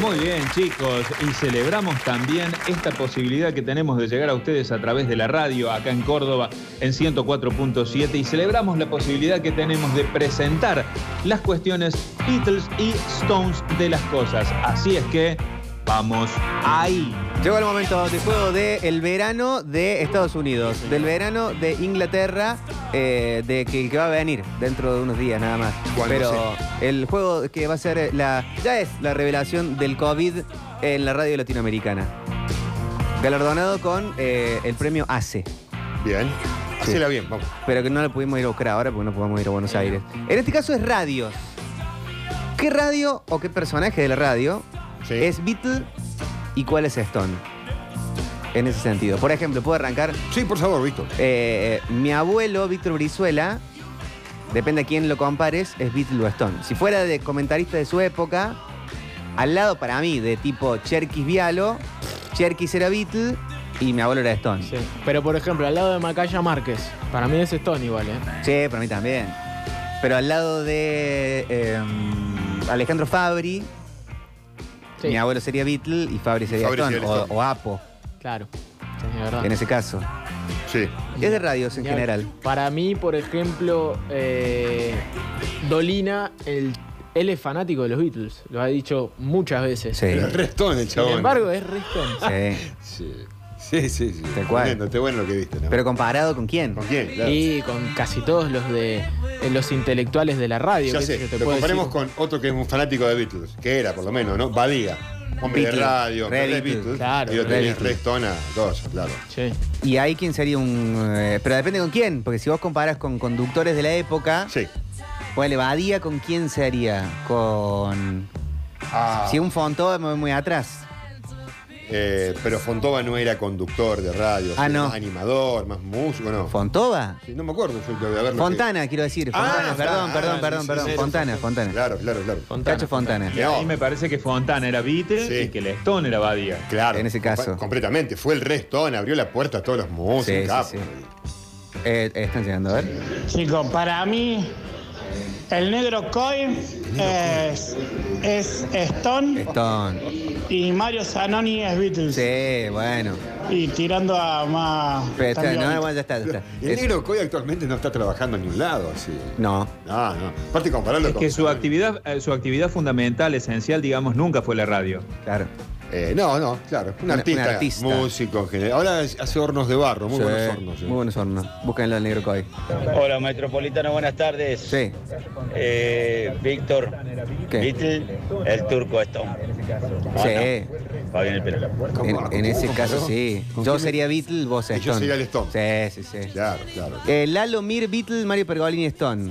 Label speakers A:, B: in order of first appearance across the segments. A: Muy bien, chicos, y celebramos también esta posibilidad que tenemos de llegar a ustedes a través de la radio acá en Córdoba en 104.7 y celebramos la posibilidad que tenemos de presentar las cuestiones Beatles y Stones de las cosas. Así es que vamos ahí.
B: Llegó el momento de juego del verano de Estados Unidos, del verano de Inglaterra, eh, de que, que va a venir dentro de unos días nada más.
C: Cuando
B: Pero el juego que va a ser eh, la. ya es la revelación del COVID en la radio latinoamericana. Galardonado con eh, el premio ACE.
C: Bien. Hacela bien, vamos.
B: Pero que no lo pudimos ir a buscar ahora porque no podemos ir a Buenos Aires. En este caso es radios. ¿Qué radio o qué personaje de la radio
C: Sí.
B: es Beatle y cuál es Stone? En ese sentido. Por ejemplo, puedo arrancar.
C: Sí, por favor, Víctor.
B: eh, mi abuelo, Víctor Brizuela, depende a quién lo compares, es Beatle o Stone. Si fuera de comentarista de su época, al lado para mí de tipo Cherkis Vialo, Cherkis era Beatle y mi abuelo era Stone.
D: Sí. Pero por ejemplo, al lado de Macaya Márquez, para mí es Stone igual, ¿eh?
B: Sí, para mí también. Pero al lado de em, Alejandro Fabri,
D: Sí.
B: mi abuelo sería Beatle y Fabri sería
C: Fabri
B: Stone,
C: sería
B: o,
C: Stone.
B: o Apo,
D: Claro. Sí, es verdad.
B: en ese caso.
C: Sí.
B: Es de radios en
D: Ya,
B: general.
D: Para mí, por ejemplo, eh, Dolina, el- él es fanático de los Beatles, lo ha dicho muchas veces.
B: Sí.
C: El restón, el
D: Sin
C: chabón.
D: embargo, es Reston.
B: Sí.
C: Sí, sí, sí. sí.
B: Tal cual.
C: Tremendo, Está bueno lo que viste, ¿no?
B: Pero comparado con quién.
C: ¿Con quién? Claro.
D: Y con casi todos los de eh, los intelectuales de la radio.
C: Ya
D: qué
C: sé,
D: sé yo, te
C: lo
D: puedo
C: comparemos
D: decir.
C: con otro que es un fanático de Beatles, que era por lo menos, ¿no? Badía. Hombre
B: Beatles,
C: de radio,
B: re
C: hombre de
B: Beatles,
C: Beatles.
D: claro,
C: y lo
B: re
C: tenés
B: Beatles.
C: restón a dos, claro.
D: Sí.
B: Y ahí quién sería un. eh, pero depende con quién, porque si vos comparas con conductores de la época,
C: Sí.
B: ponele Badía, ¿con quién sería? Con.
C: Ah,
B: Si un Fontó me voy muy atrás.
C: eh, pero Fontova no era conductor de radio,
B: Ah,
C: sino
B: no.
C: más animador, más músico, no.
B: ¿Fontova?
C: Sí, no me acuerdo yo de haberlo.
B: Fontana, quiero decir.
C: Ah,
B: Fontana, perdón,
C: Fontana,
B: perdón,
C: sí,
B: perdón,
C: sí,
B: perdón.
C: sí,
B: Fontana,
C: que-
B: Fontana.
C: Claro, claro, claro.
D: Fontana.
B: Cacho Fontana.
A: Y ahí me parece que Fontana era Beatle
C: Sí.
A: y que el Stone era Badía.
C: Claro.
B: En ese caso.
C: Com- completamente. Fue el restón, abrió la puerta a todos los músicos.
B: Sí, sí,
C: capo.
B: sí.
C: ah.
B: Eh, eh, están llegando, a ver.
E: Chicos, para mí el negro Coy es, es Stone
B: Stone.
E: y Mario Zanoni es Beatles.
B: Sí, bueno.
E: Y tirando a más...
B: Pero está-
E: también.
B: no, bueno, ya está, ya está.
C: El
B: Es-
C: negro Coy actualmente no está trabajando en ningún lado, así.
B: No.
C: No, no. Aparte compararlo
A: Es
C: con.
A: que su actividad, eh, su actividad fundamental, esencial, digamos, nunca fue la radio.
B: Claro.
C: Eh, no, no, claro. Un
B: Un-
C: artista,
B: un artista.
C: músico en general. Ahora es- hace hornos de barro, muy
B: Sí,
C: buenos hornos. eh. sí.
B: Muy buenos hornos. Búsquenlo al negro Coy.
F: Hola, Metropolitano, buenas tardes.
B: Sí.
F: Eh, Víctor,
B: ¿Qué?
F: Beatle, el turco Stone.
B: Sí.
F: Va bien el pelo.
B: En,
C: ¿Cómo?
B: en ese
C: ¿Cómo?
B: caso
C: ¿Cómo?
B: sí.
C: ¿Con
B: Yo
C: quién me-
B: sería Beatle, vos
C: Y
B: Stone.
C: yo sería el Stone.
B: Sí, sí, sí.
C: Claro, claro.
B: Eh, Lalo Mir, Beatle, Mario Pergolini, Stone.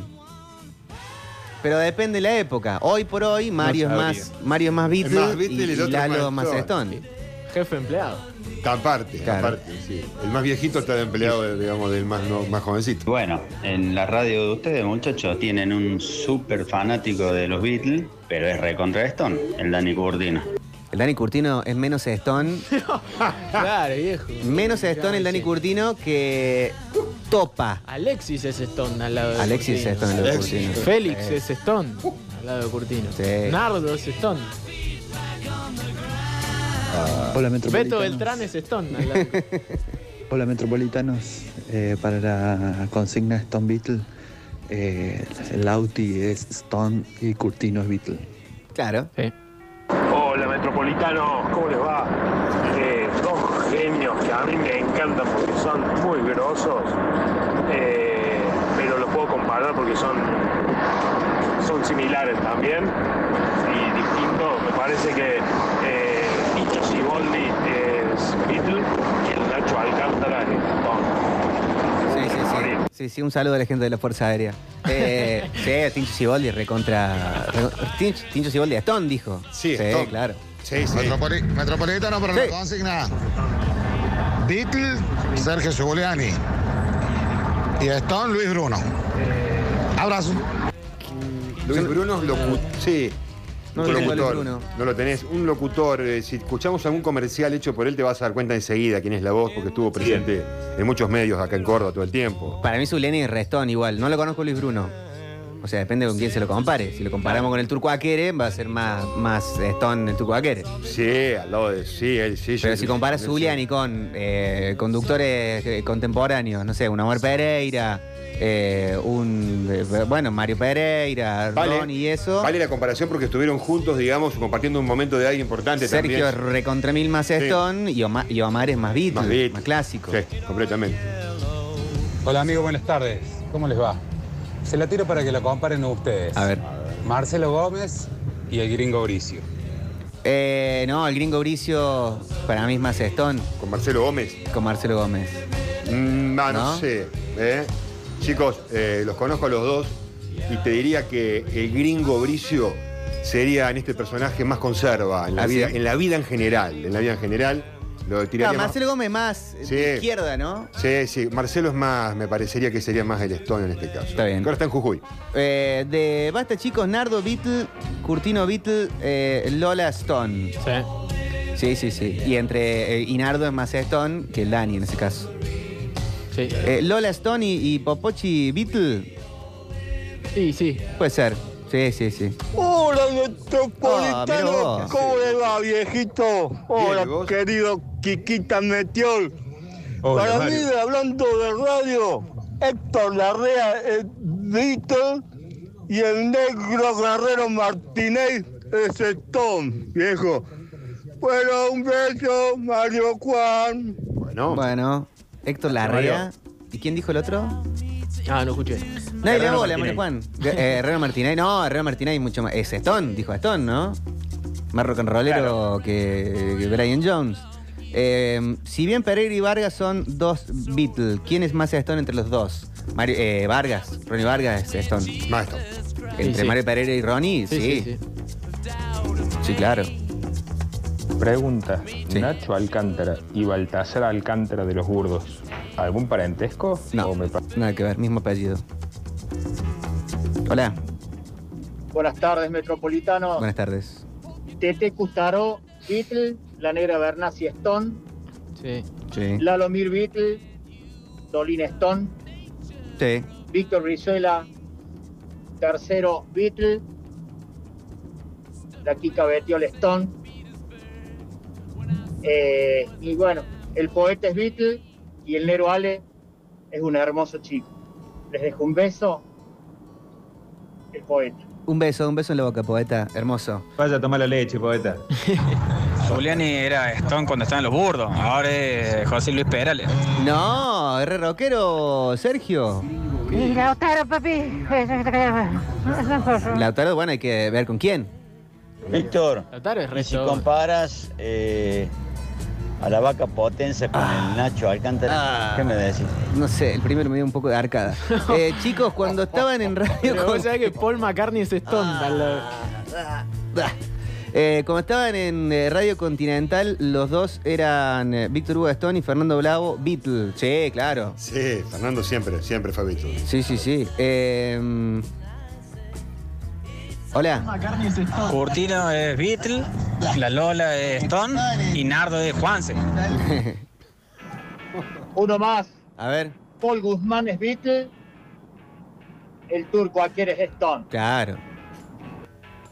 B: Pero depende de la época. Hoy por hoy, Mario
A: sabría.
B: es más Mario es más Beatle,
C: más Beatle,
B: y,
C: el
B: y
C: otro es
B: Lalo
C: más
B: más
C: Stone.
B: Stone.
D: Jefe empleado.
C: Aparte,
B: Claro.
C: aparte, sí. El más viejito está de empleado, digamos, del más, no- más jovencito.
F: Bueno, en la radio de ustedes, muchachos, tienen un súper fanático de los Beatles, pero es recontra Stone, el Danny Curtino.
B: El Dani Curtino es menos Stone.
D: claro, viejo.
B: Ah. Menos Stone el Dani
D: Sí.
B: Curtino que topa.
D: Alexis es Stone al lado de
B: Alexis es
D: Curtino.
B: Stone el Dani
C: Alexis.
B: Curtino.
D: Félix es Stone al lado de Curtino.
B: Sí.
D: Nardo es Stone.
G: Hola
D: Beto
G: Metropolitanos.
D: Beltrán es Stone al lado de Curtino.
G: Hola Metropolitanos. Eh, para la consigna Stone Beatle, eh, el Auti es Stone y Curtino es Beatle.
B: Claro.
D: Sí.
H: Hola Metropolitanos, ¿cómo les va? Eh, dos genios que a mí me encantan porque son muy grosos, eh, pero los puedo comparar porque son, son similares también y distintos. Me parece que eh, Picho Siboldi es Beatle y el Nacho Alcántara es Tom.
B: Sí, sí, sí. Sí, sí, un saludo a la gente de la Fuerza Aérea. Eh, sí, Tincho Siboldi recontra. recontra- Tincho, Tincho Siboldi Stone dijo.
C: Sí, Stone.
B: claro.
C: Sí, sí.
I: Metropoli- Metropolitano para
B: Sí.
I: la consigna. Beatle, Sergio Zuliani. Y Stone, Luis Bruno. Abrazo.
C: Luis Bruno es locutor. Sí.
B: Ah. No
C: Un
B: sé cuál es
C: locutor.
B: Bruno.
C: No lo tenés. Un locutor. eh, si escuchamos algún comercial hecho por él, te vas a dar cuenta enseguida quién es la voz, porque estuvo presente en muchos medios acá en Córdoba todo el tiempo.
B: Para mí Zuleni es Restón igual. No lo conozco Luis Bruno. O sea, depende con quién se lo compare. Si lo comparamos con el Turco Aquere, va a ser más, más Stone el Turco Aquere.
C: Sí, al lado de. Sí, él sí.
B: Pero
C: yo-
B: si comparas
C: sí.
B: Zuliani con eh, conductores eh, contemporáneos, no sé, un Omar Pereira, eh, un. eh, bueno, Mario Pereira,
C: Vale.
B: Ron y eso.
C: Vale la comparación porque estuvieron juntos, digamos, compartiendo un momento de aire importante
B: Sergio
C: también.
B: recontra mil más Stone y, Oma- y Omar es más Beatles,
C: Más
B: más,
C: Beatles.
B: clásico.
C: Sí, completamente.
J: Hola amigos, buenas tardes. ¿Cómo les va? Se la tiro para que la comparen ustedes.
B: A ver.
J: Marcelo Gómez y el gringo Bricio.
B: Eh, no, el gringo Bricio para mí es más Stone
C: Con Marcelo Gómez.
B: con Marcelo Gómez.
C: Mm, ah, no,
B: ¿No?
C: sé. ¿eh? Chicos, eh, los conozco a los dos y te diría que el gringo Bricio sería en este personaje más conserva, en la,
B: ¿Ah,
C: vida,
B: sí?
C: en la vida en general. En la vida en general lo
B: Claro,
C: tiraría más-
B: Marcelo Gómez más eh,
C: Sí.
B: de izquierda, ¿no?
C: Sí, sí. Marcelo es más, me parecería que sería más el Stone en este caso.
B: Está bien.
C: Ahora está en Jujuy.
B: Eh, de Basta Chicos, Nardo Beatle, Curtino Beatle, eh, Lola Stone.
D: Sí.
B: Sí, sí, sí. Y entre eh, y Nardo es más Stone que el Dani en ese caso.
D: Sí.
B: Eh, Lola Stone y, y Popochi Beatle,
D: Y sí.
B: puede ser. Sí, sí, sí.
E: Hola,
B: Ah, mira vos.
E: ¿Cómo le va, viejito?
C: ¿y
E: Hola,
C: vos?
E: querido Quiquita Metiol.
A: Hola,
E: Para
A: Mario.
E: mí, hablando de radio, Héctor Larrea es Víctor y el negro Guerrero Martínez es el Tom, viejo. Bueno, un beso, Mario Juan.
C: Bueno,
B: Bueno, Héctor Larrea. ¿Y quién dijo el otro?
D: Ah, no escuché.
B: Nadie le bola, Mario Juan. Eh, Herrero Martínez. No, Herrero Martínez mucho más. Es Stone, dijo Stone, ¿no? Más rock and rollero que, que Brian Jones. Eh, si bien Pereira y Vargas son dos Beatles, ¿quién es más Stone entre los dos? Mario- eh, Vargas, Ronnie Vargas es Stone.
C: más Stone.
B: Entre
D: sí.
B: Mario Pereira y Ronnie, sí. Sí, claro.
K: Pregunta,
B: Sí.
K: Nacho Alcántara y Baltasar Alcántara de los Burdos, ¿algún parentesco?
B: No,
K: ¿O me pa-
B: nada que ver, mismo apellido. Hola,
E: Buenas tardes, Metropolitano.
B: buenas tardes.
E: Tete Custaro, Beatle, La Negra Bernasi Stone,
D: Sí.
B: Sí.
E: Lalomir Beatle, Dolina Stone,
B: Sí.
E: Víctor Brizuela, tercero Beatle, la Kika Betiol Stone. Eh, y bueno, el poeta es Beatle y el Nero Ale es un hermoso chico. Les dejo un beso, el poeta.
B: Un beso, un beso en la boca, poeta. Hermoso.
A: Vaya a tomar la leche, poeta.
J: Zuliani era Stone cuando estaba en los burdos. Ahora es José Luis Perales.
B: No, R rockero, Sergio. Lautaro, bueno, hay que ver con quién.
F: Víctor,
D: Lautaro es
F: y si
D: resto.
F: comparas eh, a la vaca potencia con el Nacho Alcántara,
B: Ah.
F: ¿qué me decís?
B: No sé, el primero me dio un poco de arcada. Eh, chicos, cuando estaban en radio.
D: Pero
B: con-
D: vos sabés que Paul McCartney es Stone. al
F: Ah.
D: lado.
B: Eh, como estaban en eh, Radio Continental, los dos eran eh, Víctor Hugo Stone y Fernando Blavo, Beatle. Sí, claro.
C: Sí, Fernando siempre, siempre fue Víctor.
B: Sí, sí, sí. Eh, hola.
J: Curtino es Beatle, la Lola es Stone y Nardo es Juanse.
E: Uno más,
B: A ver.
E: Paul Guzmán es Beatle, el turco Aquer es Stone.
B: Claro.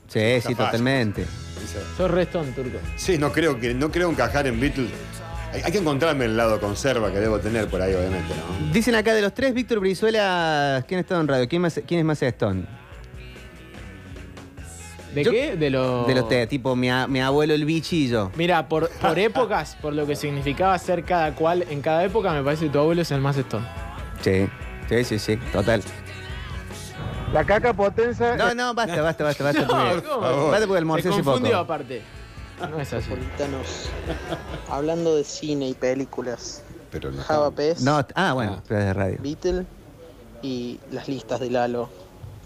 B: Sí, sí,
C: fácil.
B: totalmente.
C: Dice,
D: Sos re Stone, turco.
C: Sí, no creo que no creo encajar en Beatles. Hay, hay que encontrarme el lado conserva que debo tener por ahí, obviamente, ¿no?
B: Dicen acá de los tres, Víctor Brizuela, ¿quién ha estado en radio? ¿Quién, más, quién es más Stone?
D: ¿De
B: Yo-
D: qué? De los.
B: De los tres, tipo mi, a- mi abuelo el bichillo.
D: Mira, por, por épocas, por lo que significaba ser cada cual en cada época, me parece que tu abuelo es el más Stone.
B: Sí, sí, sí, sí, total.
E: La caca potencia
B: No, no, basta, basta, basta, basta. porque,
D: ¿cómo?
B: basta porque
D: Se
B: almorcé hace
D: confundió
B: poco.
D: aparte. No es así.
J: Hablando de cine y películas,
C: Pero no.
J: Javapés,
B: No, ah, bueno, pero es de radio.
J: Beatle y las listas de Lalo,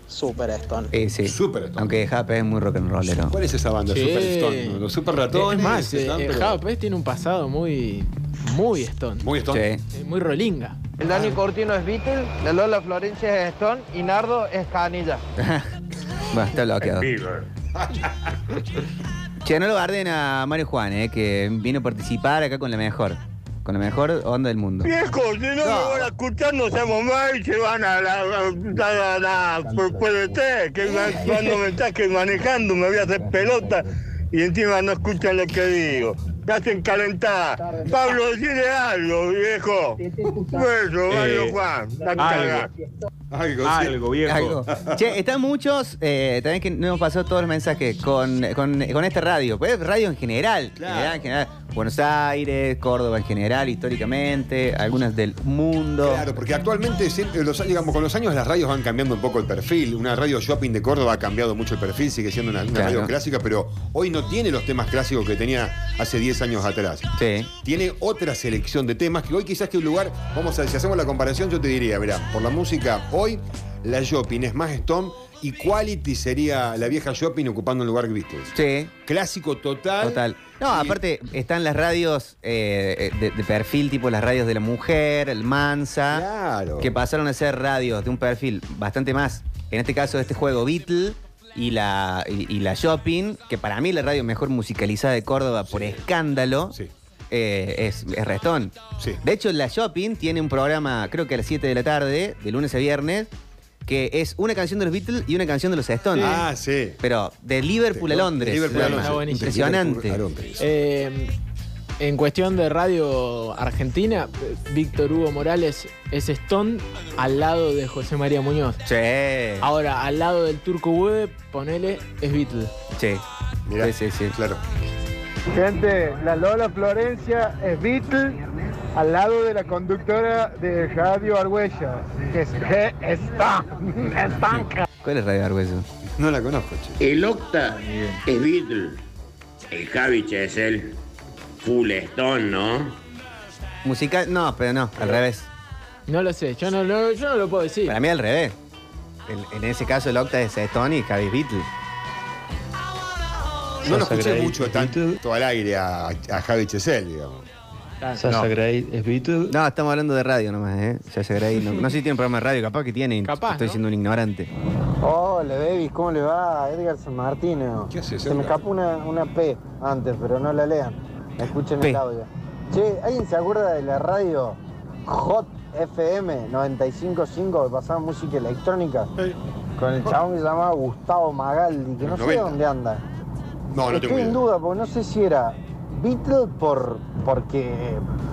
J: super Stone.
B: Eh, sí.
C: Super Stone.
B: Aunque Jape es muy rock and rollero.
C: ¿Cuál es esa banda?
D: Sí.
C: Super Stone. ¿no? Los Super Ratones.
D: Es más, eh,
C: están,
D: eh,
C: pero-
D: Java Pez tiene un pasado muy. Muy Stone.
C: Muy Stone.
B: Sí.
D: Eh, Muy rolinga.
E: El Dani Cortino es Beatle, la Lola Florencia es Stone y Nardo es Canilla.
B: Bueno, está bloqueado. Che, no lo barden a Mario Juan, eh, que vino a participar acá con la mejor. Con la mejor onda del mundo.
E: Viejo, si no, me van a escuchar, no seamos más y se van a la. a la- a la- por- puede ser, que me- cuando me estás que manejando me voy a hacer pelota y encima no escuchan lo que digo. Me hacen calentar. Pablo, decile algo, viejo. Beso, Mario
A: Eh,
E: Juan. la
A: algo.
E: cagá.
C: Algo,
A: sí. Algo, viejo.
B: Algo. Che, están muchos, eh, también que no hemos pasado todos los mensajes con, con, con esta radio. Pues radio en general, general, en general. Buenos Aires, Córdoba en general, históricamente, algunas del mundo.
C: Claro, porque actualmente, sí, los- digamos, con los años las radios van cambiando un poco el perfil. Una radio shopping de Córdoba ha cambiado mucho el perfil, sigue siendo una, una
B: Claro.
C: radio clásica, pero hoy no tiene los temas clásicos que tenía hace 10 años atrás.
B: Sí.
C: Tiene otra selección de temas que hoy quizás que un lugar, vamos a si hacemos la comparación, yo te diría, verá, por la música, hoy la shopping es más Stone y Quality sería la vieja shopping ocupando un lugar que viste.
B: Sí.
C: Clásico total.
B: Total. No, aparte están las radios eh, de, de perfil, tipo las radios de la mujer, el Mansa,
C: Claro.
B: que pasaron a ser radios de un perfil bastante más, en este caso de este juego Beatle y la, y, y la Shopping, que para mí es la radio mejor musicalizada de Córdoba por escándalo. eh, es, es Restón. De hecho, la Shopping tiene un programa, creo que a las 7 de la tarde, de lunes a viernes, que es una canción de los Beatles y una canción de los Stones.
C: Ah, sí.
B: Pero de Liverpool a Londres.
C: Liverpool a Londres.
B: Está buenísimo.
C: Liverpool a
B: Impresionante.
C: Londres.
D: Eh, en cuestión de radio argentina, Víctor Hugo Morales es Stone al lado de José María Muñoz.
B: Che.
D: Ahora, al lado del Turco Web, ponele, es Beatle.
B: Che.
C: Mirá,
B: sí, sí,
C: Claro.
L: Gente, la Lola Florencia es Beatle al lado de la conductora de Radio Argüella, que es G. Stan- Estanca.
B: ¿Cuál es Radio Argüello?
C: No la conozco, che.
M: El Octa es Beatle. El Javich es el Full Stone, ¿no?
B: Musical, no, pero no, al revés.
D: No lo sé, yo no, no- yo no lo puedo decir.
B: Para mí al revés. El- en ese caso el octa es Stone y Javis Beatle.
C: No lo escuché mucho tanto al aire a, a Javi Chesel, digamos.
B: Sasha
C: No.
B: Grey es Beatle. No, estamos hablando de radio nomás, ¿eh? Sasha Grey, no, no sé si tiene un programa de radio, capaz que tiene. Estoy siendo un ignorante.
N: Hola, babies, ¿cómo le va? Edgar San Martino.
C: ¿Qué haces,
N: Se me
C: Edgar?
N: escapó una, una P antes, pero no la lean. Escuchen
B: P.
N: el audio. Che, ¿alguien se acuerda de la radio Hot FM 955 que pasaba música electrónica? Con el chabón que se llamaba Gustavo Magaldi, que no
C: Los
N: sé
C: 90.
N: dónde anda.
C: No, no
N: Estoy
C: tengo
N: en
C: idea.
N: duda, porque no sé si era Beatle por, porque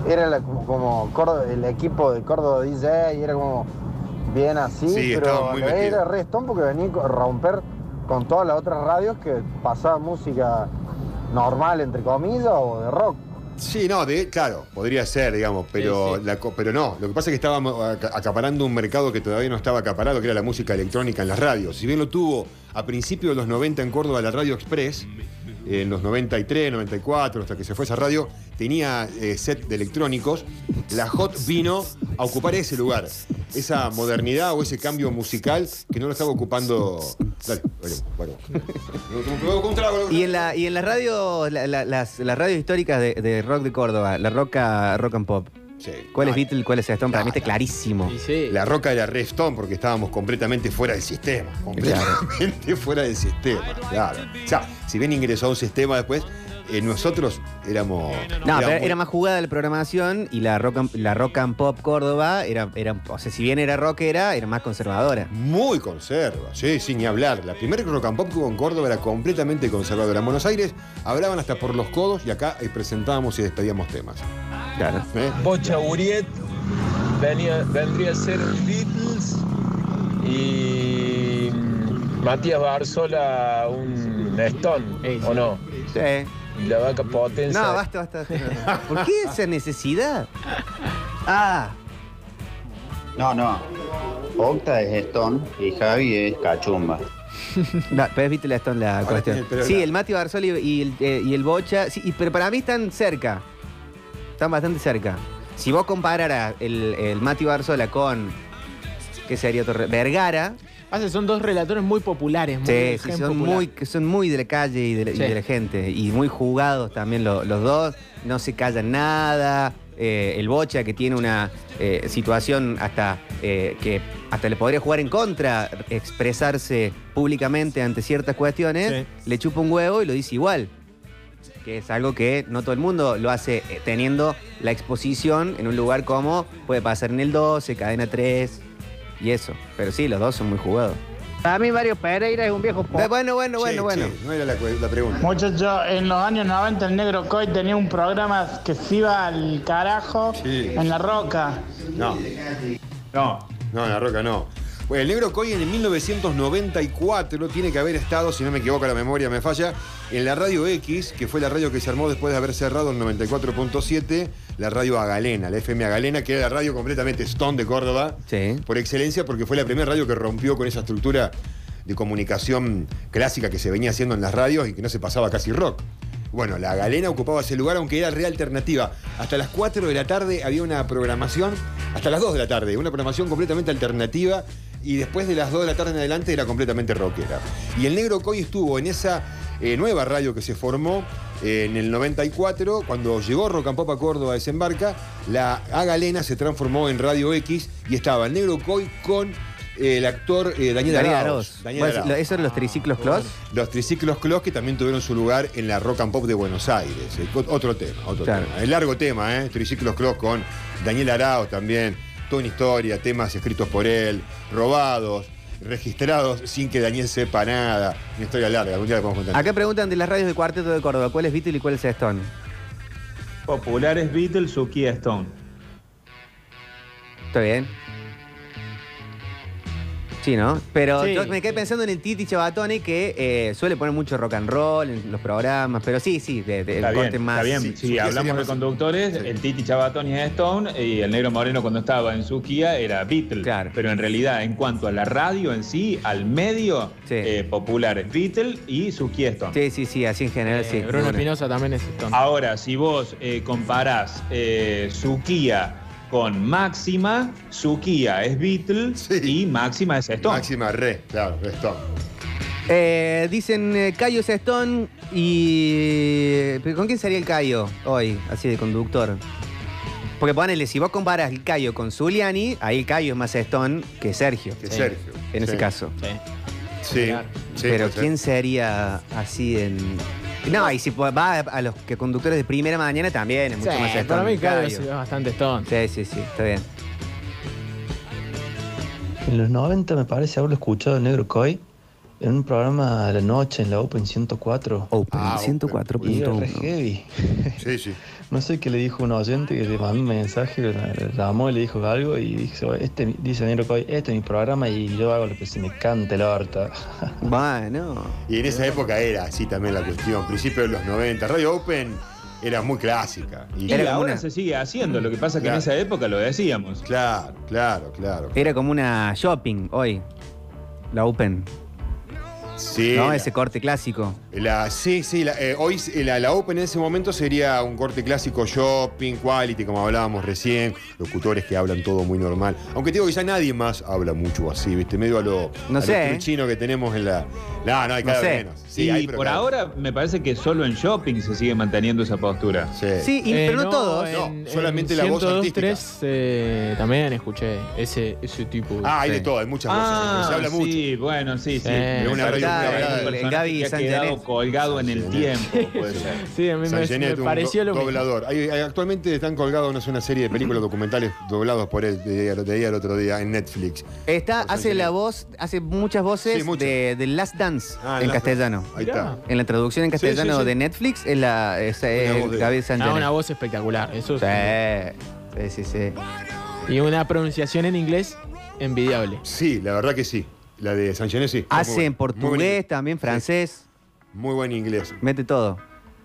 N: era la- como Córdoba- el equipo de Córdoba DJ y era como bien así,
C: Sí, estaba
N: pero
C: muy
N: era
C: metido.
N: Restón porque venía a romper con todas las otras radios que pasaba música normal, entre comillas, o de rock.
C: Sí, no, de, claro, podría ser, digamos, pero, la co- pero no. Lo que pasa es que estábamos aca- acaparando un mercado que todavía no estaba acaparado, que era la música electrónica en las radios. Si bien lo tuvo a principios de los 90 en Córdoba la Radio Express, eh, en los 93, 94, hasta que se fue esa radio, tenía eh, set de electrónicos. La Hot vino a ocupar ese lugar, esa modernidad o ese cambio musical que no lo estaba ocupando. Dale, bueno, bueno. Un trago, un trago.
B: Y en la, y en las radios, la- la- las, las radios históricas de, de rock de Córdoba, la roca rock and pop. ¿Cuál es Beatle? ¿Cuál es Stone? Para mí está clarísimo.
C: La roca de la Redstone, porque estábamos completamente fuera del sistema. Completamente fuera del sistema, claro. O sea, si bien ingresó a un sistema después, eh, nosotros éramos.
B: No,
C: éramos-
B: pero era más jugada la programación y la rock and, la rock and pop Córdoba era, era, o sea, si bien era rockera, era más conservadora.
C: Muy conserva, sí, sin ni hablar. La primera rock and pop que hubo en Córdoba era completamente conservadora. En Buenos Aires hablaban hasta por los codos y acá eh, presentábamos y despedíamos temas. ¿eh?
B: Claro.
O: Pocha Uriet venía- vendría a ser Beatles y mm, Matías Barzola un Stone, ¿o no?
B: Sí.
O: Y la vaca potencia.
B: No, basta, basta. basta. ¿Por qué esa necesidad? Ah,
F: No, no. Octa es Stone y Javi es Cachumba.
B: No, pero es Beatle Stone la cuestión.
F: tiene el pelo
B: Sí,
F: largo.
B: el Mati Barzoli y el, eh, y el Bocha. sí, y- pero para mí están cerca. Están bastante cerca. Si vos compararas el, el Mati Barzola con. ¿Qué sería otro? re- Vergara.
D: Hace, Ah, son dos relatores muy populares. Muy
B: Sí,
D: del
B: sí,
D: gen
B: son
D: popular.
B: muy, que son muy de la calle y de la, y
D: Sí.
B: de la gente. Y muy jugados también lo- los dos. No se callan nada. Eh, el Bocha que tiene una eh, situación hasta eh, que hasta le podría jugar en contra, expresarse públicamente ante ciertas cuestiones, le chupa un huevo y lo dice igual. que es algo que no todo el mundo lo hace eh, teniendo la exposición en un lugar como puede pasar en el 12, cadena 3 y eso. Pero sí, los dos son muy jugados.
P: Para mí Mario Pereira es un viejo
D: Oh.
P: po-
B: Bueno, bueno, bueno, bueno.
C: no era la, cu- la pregunta.
Q: Muchachos, en los años 90 el Negro Coy tenía un programa que se iba al carajo
C: Sí.
Q: en la roca.
C: No. No. No, la roca no. Bueno, el negro Coy en 1994 tiene que haber estado, si no me equivoco, la memoria me falla, en la radio X, que fue la radio que se armó después de haber cerrado el 94.7, la radio Agalena, la FM Agalena, que era la radio completamente Stone de Córdoba, por excelencia, porque fue la primera radio que rompió con esa estructura de comunicación clásica que se venía haciendo en las radios y que no se pasaba casi rock. Bueno, la galena ocupaba ese lugar, aunque era re alternativa. Hasta las 4 de la tarde había una programación, hasta las 2 de la tarde, una programación completamente alternativa. Y después de las 2 de la tarde en adelante era completamente rockera. Y el Negro Coy estuvo en esa eh, nueva radio que se formó eh, en el 94. Cuando llegó Rock and Pop a Córdoba, desembarca, la A Galena se transformó en Radio X y estaba el Negro Coy con eh, el actor eh, Daniel
B: Daniel
C: Araoz.
B: Araoz.
C: Daniel
B: Bueno,
C: Araoz.
B: lo- ¿Esos son los triciclos
A: Ah,
B: Clos?
C: Los triciclos Clos que también tuvieron su lugar en la Rock and Pop de Buenos Aires. Eh, co- Otro tema, otro
B: Claro.
C: tema. Es largo tema, ¿eh? Triciclos Clos con Daniel Arao también. Toda una historia, temas escritos por él, robados, registrados sin que Daniel sepa nada. Una historia larga, algún día la podemos contar.
B: Acá preguntan de las radios de Cuarteto de Córdoba, ¿cuál es Beatle y cuál es Stone?
A: Populares Beatles o Kia Stone.
B: ¿Está bien? Sí, ¿no? Pero
A: Sí.
B: yo me quedé pensando en el Titi Chabatone que eh, suele poner mucho rock and roll en los programas, pero sí, sí, de, de
A: Está
B: corte
A: bien,
B: más.
A: está bien. si hablamos de conductores, el Titi Chabatoni es Stone y el Negro Moreno cuando estaba en su Kia era Beatle. Pero en realidad, en cuanto a la radio en sí, al medio eh, popular es Beatle y su Kia Stone.
B: Sí, sí, sí, así en general, eh, sí.
A: Bruno
B: Bueno. Ah,
A: Espinosa
D: Eh, también es
A: Ahora, si vos eh, comparás eh, su Kia con Máxima, su Kia es Beatle y Máxima es Stone.
C: Máxima re, claro, Stone.
B: Eh, dicen eh, Cayo es Stone y. ¿pero ¿Con quién sería el Cayo hoy, así de conductor? Porque ponele, si vos comparas el Cayo con Zuliani, ahí el Cayo es más Stone que Sergio.
C: Que Sergio,
B: En
C: sí.
B: ese caso.
C: Sí. sí,
B: Pero
C: puede ser.
B: ¿quién sería así en.? No, y si po- va a los que conductores de primera mañana también es mucho
D: Sí,
B: más Stone.
D: para mí
B: que
D: Cayo
B: Cayo.
D: es bastante Stone.
B: Sí, sí, sí, está bien.
G: En los 90 me parece haberlo escuchado el Negro Coy en un programa de la noche en la Open 104.
B: Open
G: ah,
B: 104.1.
G: Y era re heavy.
C: Sí, sí.
G: No sé qué le dijo un oyente que le mandó un mensaje, le llamó y le dijo algo y dijo, este, dice Negro Coy, este es mi programa y yo hago lo que se me cante la horta.
B: Bueno.
C: Y en esa época era así también la cuestión. Principios de los 90. Radio Open era muy clásica.
A: Y ahora se sigue haciendo, lo que pasa que en esa época lo decíamos.
C: Claro, claro, claro.
B: Era como una shopping hoy. La Open.
C: Sí.
B: ¿No?
C: la-
B: Ese corte clásico.
C: La, sí, sí, la- eh, hoy eh, la, la Open en ese momento sería un corte clásico shopping, quality, como hablábamos recién, locutores que hablan todo muy normal. Aunque te digo que ya nadie más habla mucho así, ¿viste? Medio a lo,
B: No
C: a lo
B: sé, ¿eh?
C: truchino que tenemos en la. No, no, hay
A: No
C: cada
A: sé.
C: vez menos. Sí,
A: y
C: hay, pero
A: por
C: cada-
A: ahora me parece que solo en shopping se sigue manteniendo esa postura.
D: Sí, y- Eh, pero no no, todos. en-
C: No, solamente la voz
D: 102,
C: artística.
D: tres, eh, también escuché ese, ese tipo.
C: Ah, hay de todo, hay muchas voces,
A: Ah,
C: se habla mucho.
A: Sí, bueno, sí, sí.
D: Sí. Es una radio
A: Está,
D: muy variada.
A: el personaje
D: Gaby
A: que ha
D: Santanet.
A: quedado colgado en el tiempo, puede ser.
D: Sí, a mí
C: San
D: me,
C: Genet,
D: me
C: un
D: pareció
C: do-
D: lo mismo.
C: doblador. Hay- hay- actualmente están colgados no sé, una serie de películas documentales doblados por él, de, de ahí al otro día en Netflix.
B: Esta hace la voz, hace muchas voces de, de Last Dance
C: Ah,
B: en
C: Last
B: castellano.
C: Dance. Ahí está.
B: En la traducción en
C: Sí, sí,
B: castellano
C: sí.
B: de Netflix es la es,
D: Una
B: es
D: voz de-
B: Gaby
D: Ah, una
B: Santanet.
D: voz espectacular, eso sí.
B: Sí, sí, sí.
D: Y una pronunciación en inglés envidiable.
C: Sí, la verdad que sí. La de San Genet, sí.
B: Hace
C: Muy
B: en
C: buen- muy buen
B: portugués, también francés.
C: Muy buen inglés.
B: Mete todo.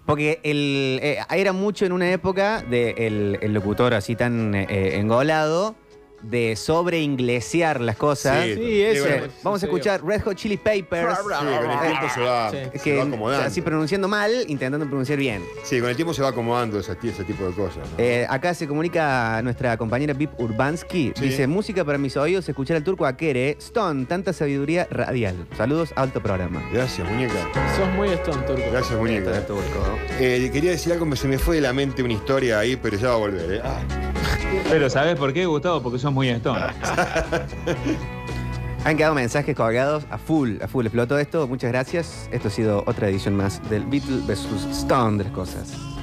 B: Porque el, eh, era mucho en una época del locutor así tan eh, engolado de sobreinglesear las cosas.
C: Sí, Sí, eso
B: Eh,
C: es,
B: Vamos a
C: sí,
B: escuchar Red Hot Chili Ah. Papers.
C: Sí, con el tiempo se va-
B: Sí.
C: se
B: Que,
C: va acomodando. Ah.
B: Así pronunciando mal, intentando pronunciar bien.
C: Sí, con el tiempo se va acomodando ese, ese tipo de cosas. ¿no?
B: Eh, acá se comunica nuestra compañera Pip Urbansky.
C: Sí.
B: Dice, música para mis oídos, escuchar al turco Aquere. Stone, tanta sabiduría radial. Saludos, alto programa.
C: Gracias, muñeca.
D: Sos muy Stone, Turco.
C: Gracias, muñeca. eh. Eh, quería decir algo, me- se me fue de la mente una historia ahí, pero ya va a volver. eh. Ah.
A: Pero ¿sabes por qué, Gustavo? Porque sos muy Stone.
B: Han quedado mensajes colgados a full, a full. Explotó esto. Muchas gracias. Esto ha sido otra edición más del Beatles vs. Stone de las cosas.